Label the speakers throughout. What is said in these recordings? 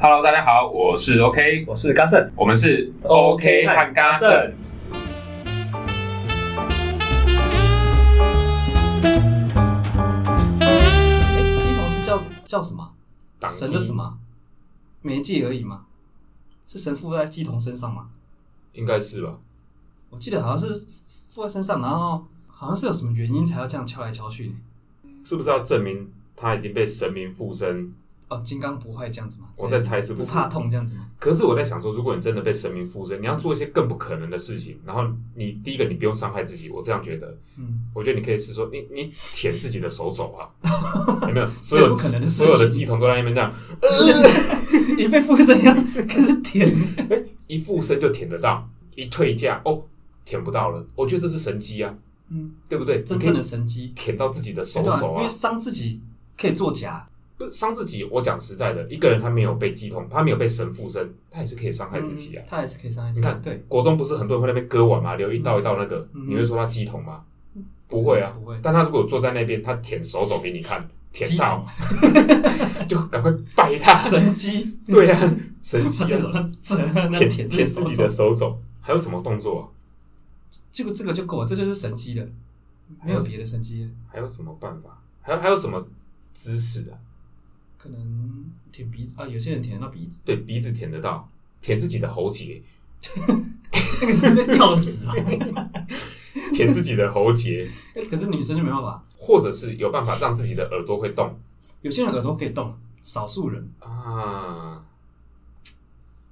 Speaker 1: Hello，大家好，我是 OK，
Speaker 2: 我是嘉盛
Speaker 1: 我们是 OK 和嘎盛。
Speaker 3: 哎，鸡头是叫叫什么？
Speaker 1: 党
Speaker 3: 神的
Speaker 1: 纪
Speaker 3: 什？么？媒介而已吗？是神附在鸡童身上吗？
Speaker 4: 应该是吧？
Speaker 3: 我记得好像是附在身上，然后好像是有什么原因才要这样敲来敲去呢？
Speaker 4: 是不是要证明他已经被神明附身？
Speaker 3: 哦，金刚不坏这样子 吗？
Speaker 4: 我在猜是
Speaker 3: 不
Speaker 4: 不是？
Speaker 3: 怕痛这样子吗？
Speaker 4: 可是我在想说，如果你真的被神明附身，你要做一些更不可能的事情。然后你第一个，你不用伤害自己，我这样觉得。
Speaker 3: 嗯，
Speaker 4: 我觉得你可以试说，你你舔自己的手肘 啊，有没有？所
Speaker 3: 最
Speaker 4: 有
Speaker 3: 不可能的事
Speaker 4: 所
Speaker 3: 情
Speaker 4: 有的鸡童都在那边这样，
Speaker 3: 你被附身一 样，可是甜。
Speaker 4: 一附身就舔得到，一退架哦，舔不到了。我觉得这是神机啊，
Speaker 3: 嗯，
Speaker 4: 对不对？
Speaker 3: 真正
Speaker 4: 你
Speaker 3: 的
Speaker 4: 可以
Speaker 3: 神机，
Speaker 4: 舔到自己的手
Speaker 3: 对啊
Speaker 4: 肘
Speaker 3: 因
Speaker 4: 啊
Speaker 3: 为，伤自己可以作假，
Speaker 4: 不伤自己。我讲实在的，一个人他没有被鸡童，他没有被神附身，他也是可以伤害自己啊
Speaker 3: 嗯。他还是可以伤害自
Speaker 4: 你
Speaker 3: 己。
Speaker 4: 看
Speaker 3: 对，
Speaker 4: 国中不是很多人会在那边割腕嘛，留一道一道那个，
Speaker 3: 嗯
Speaker 4: 你会说他鸡桶吗？不会啊，
Speaker 3: 不会
Speaker 4: 但他如果坐在那边，他舔手肘给你看，舔
Speaker 3: 鸡
Speaker 4: 到， 就赶快掰他。
Speaker 3: 神机，
Speaker 4: 对啊，神奇
Speaker 3: 他在手
Speaker 4: 啊，
Speaker 3: 上整 那
Speaker 4: 舔
Speaker 3: 舔
Speaker 4: 舔
Speaker 3: 手
Speaker 4: 自己
Speaker 3: 肘
Speaker 4: 的手肘，还有什么动作啊？
Speaker 3: 这个这个就够了，这就是神机了，没有别的神机了，
Speaker 4: 还有什么办法？还有还有什么姿势啊？
Speaker 3: 可能舔鼻子啊，有些人舔得到鼻 子，
Speaker 4: 对，鼻子舔得到，舔自己的喉结，
Speaker 3: 那个是被吊死了。 哎
Speaker 4: 舔自己的喉结，
Speaker 3: 可是女生就没办法，
Speaker 4: 或者是有办法让自己的耳朵会动
Speaker 3: 有些人耳朵可以动，少数人
Speaker 4: 啊。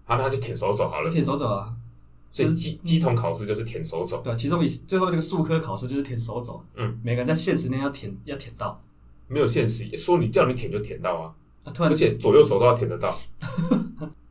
Speaker 4: 好，那他就舔手肘好了。
Speaker 3: 舔手肘嗯啊，
Speaker 4: 所以
Speaker 3: 就是
Speaker 4: 鸡鸡同考试就是舔手肘，
Speaker 3: 对啊，其中一最后这个数科考试就是舔手肘，
Speaker 4: 嗯，
Speaker 3: 每个人在限时内要舔要舔到
Speaker 4: 没有限时，说你叫你舔就舔到啊，
Speaker 3: 啊，突然
Speaker 4: 而
Speaker 3: 就
Speaker 4: 且左右手都要舔得到。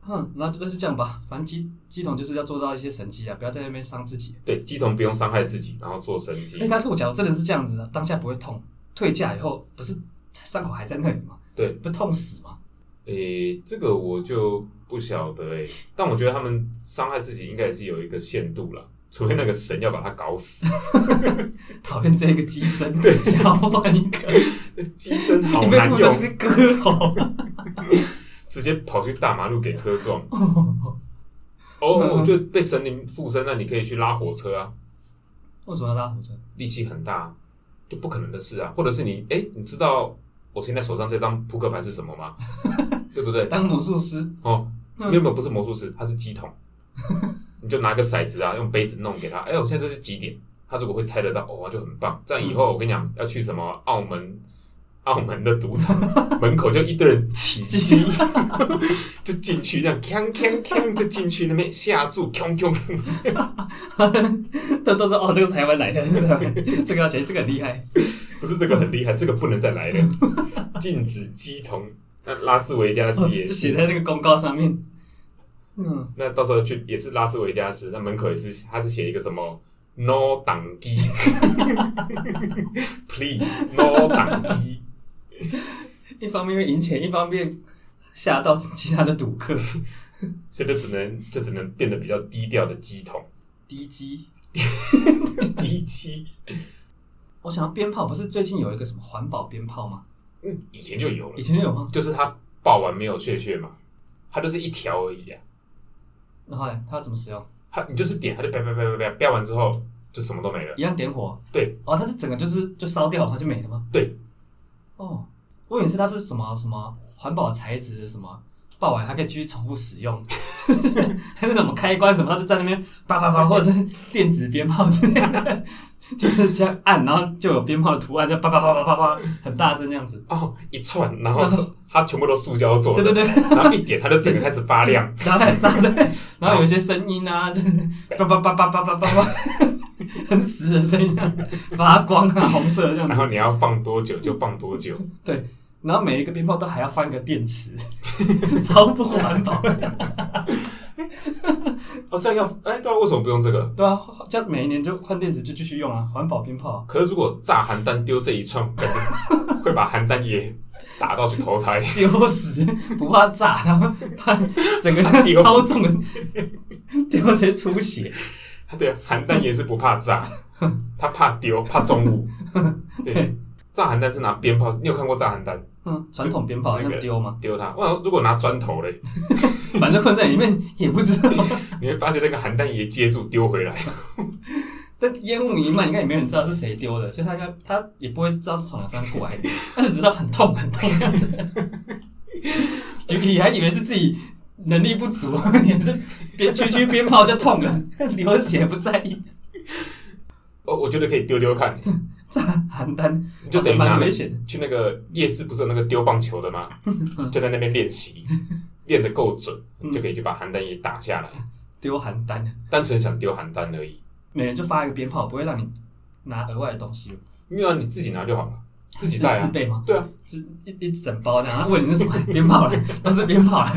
Speaker 3: 哼，那就那就这样吧，反正鸡鸡桶就是要做到一些神机啊，不要在那边伤自己。
Speaker 4: 对，鸡同不用伤害自己，然后做神
Speaker 3: 哎，
Speaker 4: 机。
Speaker 3: 但是我假如真的是这样子，当下不会痛，退架以后不是伤口还在那里吗？
Speaker 4: 对
Speaker 3: 不痛死吗？
Speaker 4: 诶、这个我就不晓得诶、但我觉得他们伤害自己应该也是有一个限度啦，除非那个神要把他搞 死。
Speaker 3: 讨厌这个机身，对，想要换一个。
Speaker 4: 鸡身 好
Speaker 3: 你被
Speaker 4: 难
Speaker 3: 附
Speaker 4: 用
Speaker 3: 身，是割喉。
Speaker 4: 直接跑去大马路给车撞。
Speaker 3: 嗯
Speaker 4: 哦，就被神灵附身，那你可以去拉火车啊，
Speaker 3: 为什么要拉火车？
Speaker 4: 力气很大啊，就不可能的事啊。或者是你，诶、你知道我现在手上这张扑克牌是什么 吗？对不对？
Speaker 3: 当魔术师？
Speaker 4: 哦，
Speaker 3: 嗯
Speaker 4: 原本不是魔术师，他是鸡桶，你就拿个骰子啊，用杯子弄给他。哎、我现在这是几点？他如果会猜得到，哦，就很棒。这样以
Speaker 3: 嗯
Speaker 4: 后我跟你讲，要去什么澳门，澳门的赌场门口就一堆人起
Speaker 3: 鸡
Speaker 4: 鸡，就进去这样，锵锵锵就进去那边下注，锵锵锵。
Speaker 3: 都都是哦，这个是台湾来的， 这个要学，这个很厉害。
Speaker 4: 不是这个很厉害，这个不能再来了，禁止鸡桶。那拉斯维加斯也
Speaker 3: 哦就是写在那个公告上面。嗯，
Speaker 4: 那到时候去也是拉斯维加斯，那门口也是，他是写一个什么 “no 党机 ”，please no 党机，
Speaker 3: 一方面会赢钱，一方面吓到其他的赌客。
Speaker 4: 所以就只能就只能变得比较低调的鸡桶，
Speaker 3: 低机，
Speaker 4: 低七。
Speaker 3: 我想要鞭炮，不是最近有一个什么环保鞭炮吗？
Speaker 4: 嗯，以前就有了
Speaker 3: 以，前就有吗？
Speaker 4: 就是他爆完没有血血嘛，它就是一条而已啊，
Speaker 3: 然后嘞它要怎么使用？
Speaker 4: 它你就是点，它就啪啪啪啪啪啪完之后就什么都没了。
Speaker 3: 一样点火。
Speaker 4: 对。
Speaker 3: 哦，它是整个就是就烧掉，它就没了吗？
Speaker 4: 对。
Speaker 3: 哦，我以为是它是什么什么环保材质什么。爆完还可以继续重复使用， 还是什么开关什么，它就在那边叭叭叭，或者是电子鞭炮之类的， 就是这样按，然后就有鞭炮的图案，就叭叭叭叭叭叭，很大声这样子。
Speaker 4: 哦，一串， 然后
Speaker 3: 然后
Speaker 4: 是它全部都塑胶做
Speaker 3: 对
Speaker 4: 的，
Speaker 3: 对对，
Speaker 4: 然后一点它就整个开始发 亮，
Speaker 3: 然后很炸对，然后有一些声音啊， 就是叭叭叭叭叭叭叭叭， 很死的声音、啊，发光啊，红色的这样
Speaker 4: 然
Speaker 3: 子。
Speaker 4: 后你要放多久就放多久。
Speaker 3: 然后每一个鞭炮都还要放一个电池， 超不环保。
Speaker 4: 哦，这样要哎，对啊，为什么不用这个？
Speaker 3: 对啊，这样每一年就换电池就继续用啊，环保鞭炮啊、
Speaker 4: 可是如果炸邯郸丢这一串，感觉会把邯郸也打到去投胎。
Speaker 3: 丢死不怕炸， 然后怕整个
Speaker 4: 丢
Speaker 3: 超重的 丢直接出血。
Speaker 4: 对啊，邯郸也是不怕炸，他怕丢，怕中午。对
Speaker 3: 对，
Speaker 4: 炸邯郸是拿鞭炮，你有看过炸邯郸
Speaker 3: 嗯，传统鞭炮
Speaker 4: 那个
Speaker 3: 要丢 吗？
Speaker 4: 丢它？我想说如果拿砖头嘞，
Speaker 3: 反正困在里面也不知道。
Speaker 4: 你会发现那个邯郸也接住丢回来。
Speaker 3: 但烟雾弥漫，应该也没人知道是谁丢的，所以他应该他也不会知道是从哪方过来的，但是知道很痛很痛这样子。就你还以为是自己能力不足，也是边区区鞭炮就痛了，流血不在意。
Speaker 4: 哦，我觉得可以丢丢看，
Speaker 3: 炸邯郸
Speaker 4: 你就等于拿
Speaker 3: 哦蛮
Speaker 4: 那
Speaker 3: 危险的，
Speaker 4: 去那个夜市，不是有那个丢棒球的吗？就在那边练习，练得够准，就可以去把邯郸也打下来。
Speaker 3: 丢邯郸，
Speaker 4: 单纯想丢邯郸而已，
Speaker 3: 每人就发一个鞭炮，不会让你拿额外的东西，
Speaker 4: 没有啊，你自己拿就好了，自己
Speaker 3: 是
Speaker 4: 带
Speaker 3: 自
Speaker 4: 啊。
Speaker 3: 备吗？
Speaker 4: 对啊，
Speaker 3: 就是一一整包这样，然后问你是什么鞭炮了， 都是鞭炮了，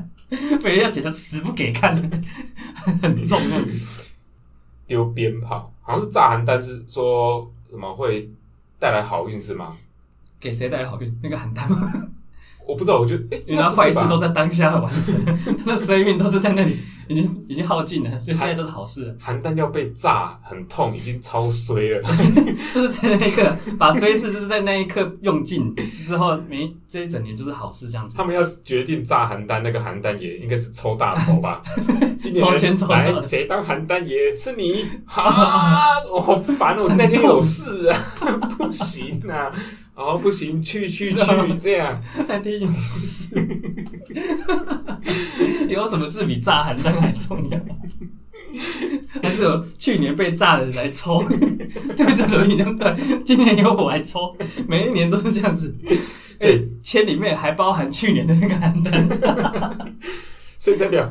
Speaker 3: 每人要检查死不给看， 很重啊这样子。
Speaker 4: 丢鞭炮，好像是炸邯郸是说什么会带来好运是吗？
Speaker 3: 给谁带来好运？那个邯 郸吗？
Speaker 4: 我不知道，我觉得哎，
Speaker 3: 因为他坏事都
Speaker 4: 在
Speaker 3: 在当下完成， 那衰运都是在那里已经已经耗尽 了，所以现在都是好事了，
Speaker 4: 邯郸要被炸，很痛，已经超衰 了。
Speaker 3: 就是在那一刻 把衰事就是在那一刻用尽之后，每这一整年就是好事 这样子。
Speaker 4: 他们要决定炸邯郸，那个邯郸爷应该是抽大头 吧？今年
Speaker 3: 抽签抽到
Speaker 4: 来谁当邯郸爷？是 你啊！我好烦哦，我那天有事啊， 不行啊，哦不行，去 去去，这样。
Speaker 3: 还得勇士， 有什么事比炸邯郸还重要？ 还是有去年被炸的人来抽， 对着轮椅这样转，今年由我来抽，每一年都是这样子。哎、
Speaker 4: 对
Speaker 3: 签里面还包含去年的那个邯郸，
Speaker 4: 所以代表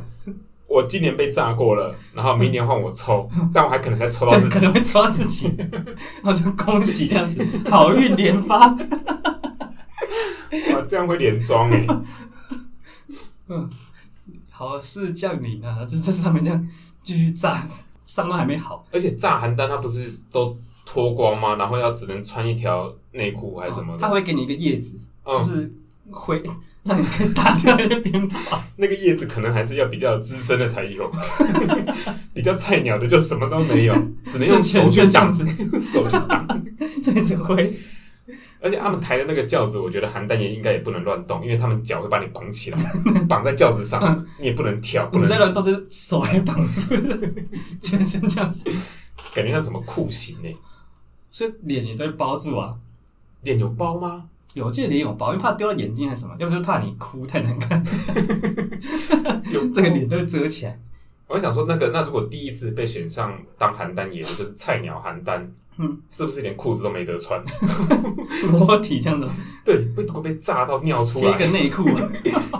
Speaker 4: 我今年被炸过了，然后明年换我 抽，但我还可能再抽到
Speaker 3: 对
Speaker 4: 自，
Speaker 3: 可
Speaker 4: 己。
Speaker 3: 能会抽到自己， 然后就恭喜这样子，好运连发。
Speaker 4: 哇，这样会连庄哎、
Speaker 3: 好事降临啊！这这上面这样继续炸，伤都还没好。
Speaker 4: 而且炸邯郸它不是都脱光吗？然后要只能穿一条内裤还是什么
Speaker 3: 他
Speaker 4: 的？
Speaker 3: 哦会给你一个叶子，
Speaker 4: 嗯
Speaker 3: 就是会让你可以打掉那些鞭炮。
Speaker 4: 那个叶子可能还是要比较资深的才有， 比较菜鸟的就什么都没 有，只能用手去
Speaker 3: 就全身这
Speaker 4: 挡
Speaker 3: 样子，
Speaker 4: 手去挡。
Speaker 3: 就一直挥。
Speaker 4: 而且他们抬的那个轿子，我觉得邯郸爷应该也不能乱动，因为他们脚会把你绑 起来，绑在轿子上，你也不能跳，不
Speaker 3: 嗯你
Speaker 4: 能
Speaker 3: 在乱动，就是手还绑住，全身这样子，
Speaker 4: 感觉像什么酷刑哎、
Speaker 3: 所以脸也都会包住啊。
Speaker 4: 脸有包吗？
Speaker 3: 有我记得脸有包，因为怕丢到眼睛还是什么，要不就是怕你哭太难看，
Speaker 4: 有
Speaker 3: 这个脸都会遮起来。
Speaker 4: 我想说，那个那如果第一次被选上当邯郸爷，就是菜鸟邯郸，
Speaker 3: 嗯
Speaker 4: 是不是连裤子都没得穿？
Speaker 3: 裸体这样子，
Speaker 4: 对，被如果被炸到尿出
Speaker 3: 贴一
Speaker 4: 来，
Speaker 3: 个内裤 啊，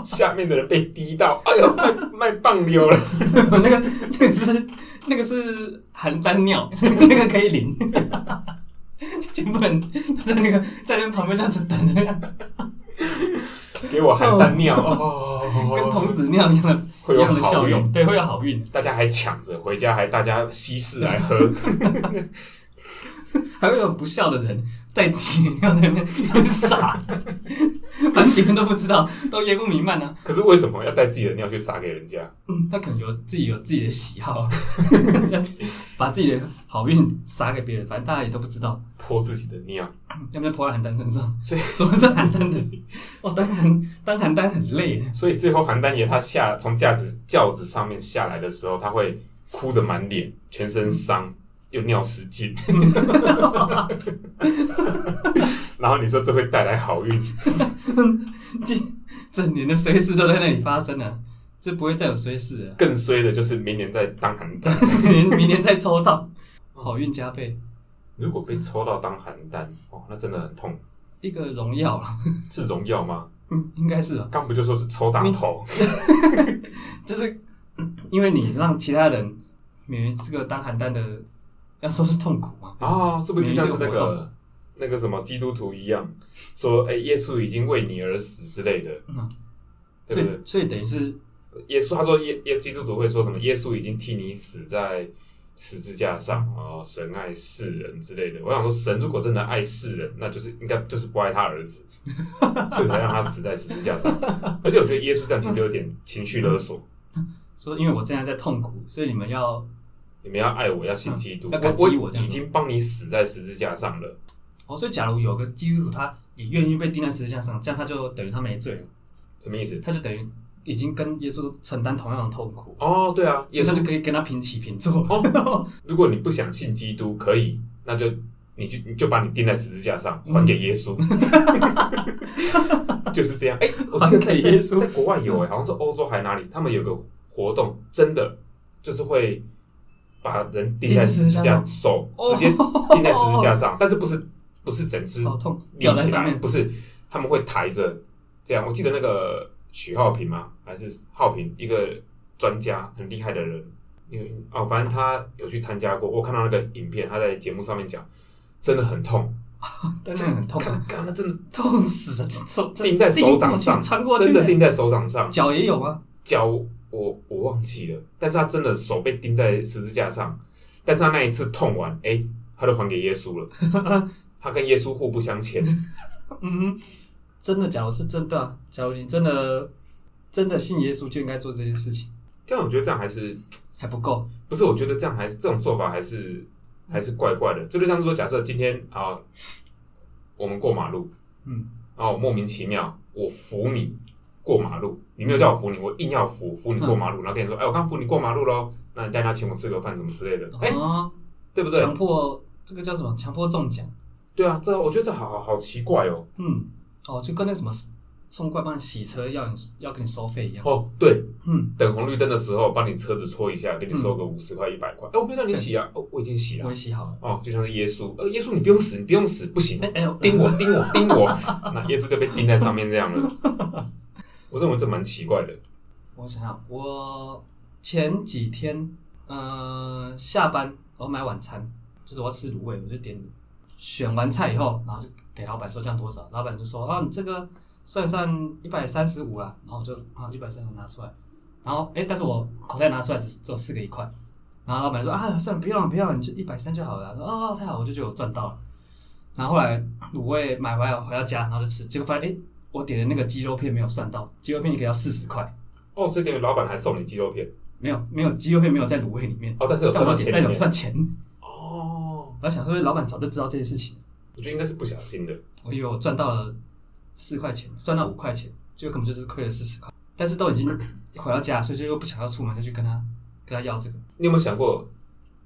Speaker 4: 下面的人被滴到，哎呦，卖 卖棒流了，
Speaker 3: 那个那个是那个是邯郸尿， 那个可以淋， 就全部人都在那个在那旁边这样子等着，
Speaker 4: 给我邯郸尿哦，
Speaker 3: 跟童子尿一样 的
Speaker 4: 会
Speaker 3: 一
Speaker 4: 有
Speaker 3: 样的
Speaker 4: 好
Speaker 3: 效
Speaker 4: 用，
Speaker 3: 用，对，会有好运。
Speaker 4: 大家还抢着回家，还大家稀释来喝，
Speaker 3: 还会有不孝的人带自己尿在那边傻， 反正别人都不知道，都烟雾弥漫啊。
Speaker 4: 可是为什么要带自己的尿去撒给人家？
Speaker 3: 嗯，他可能有自己有自己的喜好， 这样子把自己的好运撒给别人，反正大家也都不知道，
Speaker 4: 泼自己的尿，
Speaker 3: 要不然泼到邯郸身上。
Speaker 4: 所以
Speaker 3: 什么是邯郸的？ 哦，当邯当邯郸很累，啊
Speaker 4: 所以最后邯郸爷他下从架子轿子上面下来的时候，他会哭得满脸，全身
Speaker 3: 嗯
Speaker 4: 伤，又尿失 禁。然后你说这会带来好运，
Speaker 3: 整年的衰事都在那里发生了、就不会再有衰事了。
Speaker 4: 更衰的就是明年再当邯郸。
Speaker 3: 明明年再 抽到，
Speaker 4: 哦
Speaker 3: 好运加倍，
Speaker 4: 如果被抽到当邯郸，哦，那真的很痛。
Speaker 3: 一个荣耀了，
Speaker 4: 是荣耀吗？
Speaker 3: 嗯，应该是吧。
Speaker 4: 刚不就说是抽大头？
Speaker 3: 就是嗯因为你让其他人免于这个当邯郸的，要说是痛苦嘛，
Speaker 4: 啊、是不是就像是那
Speaker 3: 明年这个活
Speaker 4: 个那个什么基督徒一样，说哎、耶稣已经为你而死之类的，
Speaker 3: 嗯
Speaker 4: 对
Speaker 3: 所
Speaker 4: 不
Speaker 3: 以
Speaker 4: 对？
Speaker 3: 所以等于是
Speaker 4: 耶稣他说耶耶基督徒会说什么？耶稣已经替你死在十字架上
Speaker 3: 嗯
Speaker 4: 哦，神爱世人之类的。我想说，神如果真的爱世人，那就是应该就是不爱他儿 子，所以才让他死在十字架上。而且我觉得耶稣这样其实有点情绪勒索。
Speaker 3: 说，因为我现在在痛苦，所以你们要
Speaker 4: 你们要爱我，要信基督。
Speaker 3: 要感
Speaker 4: 我
Speaker 3: 激我
Speaker 4: 我
Speaker 3: 这样
Speaker 4: 已
Speaker 3: 子
Speaker 4: 经帮你死在十字架上了，
Speaker 3: 哦，所以假如有个基督徒他也愿意被钉在十字架上，这样他就等于他没罪了，
Speaker 4: 什么意思？
Speaker 3: 他就等于已经跟耶稣承担同样的痛苦，
Speaker 4: 哦，对啊，
Speaker 3: 耶
Speaker 4: 耶
Speaker 3: 稣
Speaker 4: 稣
Speaker 3: 就可以跟他平起平坐。
Speaker 4: 哦 如果你不想信基督，可以，那就你就你就把你钉在十字架上，
Speaker 3: 嗯
Speaker 4: 还给耶稣。 就是这样。哎、我记得在
Speaker 3: 还给
Speaker 4: 在
Speaker 3: 耶稣
Speaker 4: 在国外有哎、好像是欧洲还是哪里，他们有个活动，真的就是会把人钉在十字
Speaker 3: 钉在十字架
Speaker 4: 架，
Speaker 3: 上
Speaker 4: 手
Speaker 3: 哦
Speaker 4: 直接钉在十字架上，但是不是不是整只
Speaker 3: 好痛，
Speaker 4: 立
Speaker 3: 吊在
Speaker 4: 起
Speaker 3: 上
Speaker 4: 来，
Speaker 3: 面。
Speaker 4: 不是他们会抬着这样。我记得那个许浩平吗？还是浩平一个专家，很厉害的人，因为哦，反正他有去参加过。我看到那个影片，他在节目上面讲，真的很痛，
Speaker 3: 但是很痛，啊
Speaker 4: 看，看那真的
Speaker 3: 痛死了！这手这
Speaker 4: 钉在手掌上，
Speaker 3: 穿过去，
Speaker 4: 真的钉在手掌上，
Speaker 3: 脚也有啊吗？
Speaker 4: 脚我我忘记了，但是他真的手被钉在十字架上，但是他那一次痛完，哎、他就还给耶稣了， 啊他跟耶稣互不相欠。
Speaker 3: 嗯，真的，假如是真的啊，假如你真的真的信耶稣，就应该做这件事情，
Speaker 4: 但我觉得这样还是
Speaker 3: 还不够。
Speaker 4: 不是，我觉得这样还是这种做法还是还是怪怪的。这就像是说，假设今天啊、我们过马路，
Speaker 3: 嗯，
Speaker 4: 然后我莫名其妙我扶你过马路，你没有叫我扶你，我硬要扶扶你过马
Speaker 3: 嗯
Speaker 4: 路，然后跟你说，哎，我刚扶你过马路喽，那你大家请我吃个饭什么之类的，哎、
Speaker 3: 啊，
Speaker 4: 对不对
Speaker 3: 强？迫这个叫什么？强迫中奖。
Speaker 4: 对啊，这我觉得这好好好奇怪哦。
Speaker 3: 嗯，哦，就跟那什么冲怪帮你洗车要你要跟你收费一样。
Speaker 4: 哦，对，
Speaker 3: 嗯，
Speaker 4: 等红绿灯的时候，帮你车子搓一下，给你收个五十块、一百块。哎，我没有让你洗啊，哦，我已经洗
Speaker 3: 我
Speaker 4: 了
Speaker 3: 也。洗好了。
Speaker 4: 哦，就像是耶稣，呃，耶稣你不用死，你不用死，不行，哦
Speaker 3: 哎哎呦，
Speaker 4: 钉我，钉我，钉我，那耶稣就被钉在上面这样了。我认为这蛮奇怪的。
Speaker 3: 我想想，我前几天呃下班我买晚餐，就是我要吃卤味，我就点选完菜以后，然后就给老板说这样多少，老板就说啊你这个算一算一百三十五啦，然后我就啊一百三十拿出来，然后哎但是我口袋拿出来只只有四个一块，然后老板说啊算了不要了不要了，你就一百三就好了，说哦太好了，我就觉得我赚到了。然后后来卤味买回来回到家，然后就吃，结果发现哎我点的那个鸡肉片没有算到，鸡肉片一个要四十块。
Speaker 4: 哦，所以等于老板还送你鸡肉片
Speaker 3: 没有没有鸡肉片没有在卤味里面，
Speaker 4: 哦，但是有
Speaker 3: 但
Speaker 4: 算
Speaker 3: 我
Speaker 4: 到
Speaker 3: 点
Speaker 4: 钱
Speaker 3: 但
Speaker 4: 里
Speaker 3: 有
Speaker 4: 面。
Speaker 3: 算钱，
Speaker 4: 哦，
Speaker 3: 我想说老板早就知道这件事情，
Speaker 4: 我觉得应该是不小心的。
Speaker 3: 我以为我赚到了四块钱，赚到五块钱，结果根本就是亏了四十块，但是都已经回到家，所以就又不想要出门，就去跟他跟他要这个，
Speaker 4: 你有没有想过，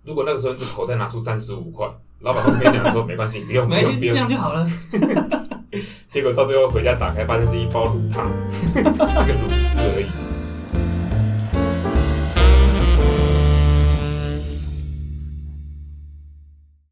Speaker 4: 如果那个时候你只口袋拿出三十五块，老板会跟你讲说没关系，不用不
Speaker 3: 没
Speaker 4: 用
Speaker 3: 关
Speaker 4: 不
Speaker 3: 系，这
Speaker 4: 用。
Speaker 3: 样就好了。
Speaker 4: 结果到最后回家打开，发现是一包卤汤，是个卤汁而已。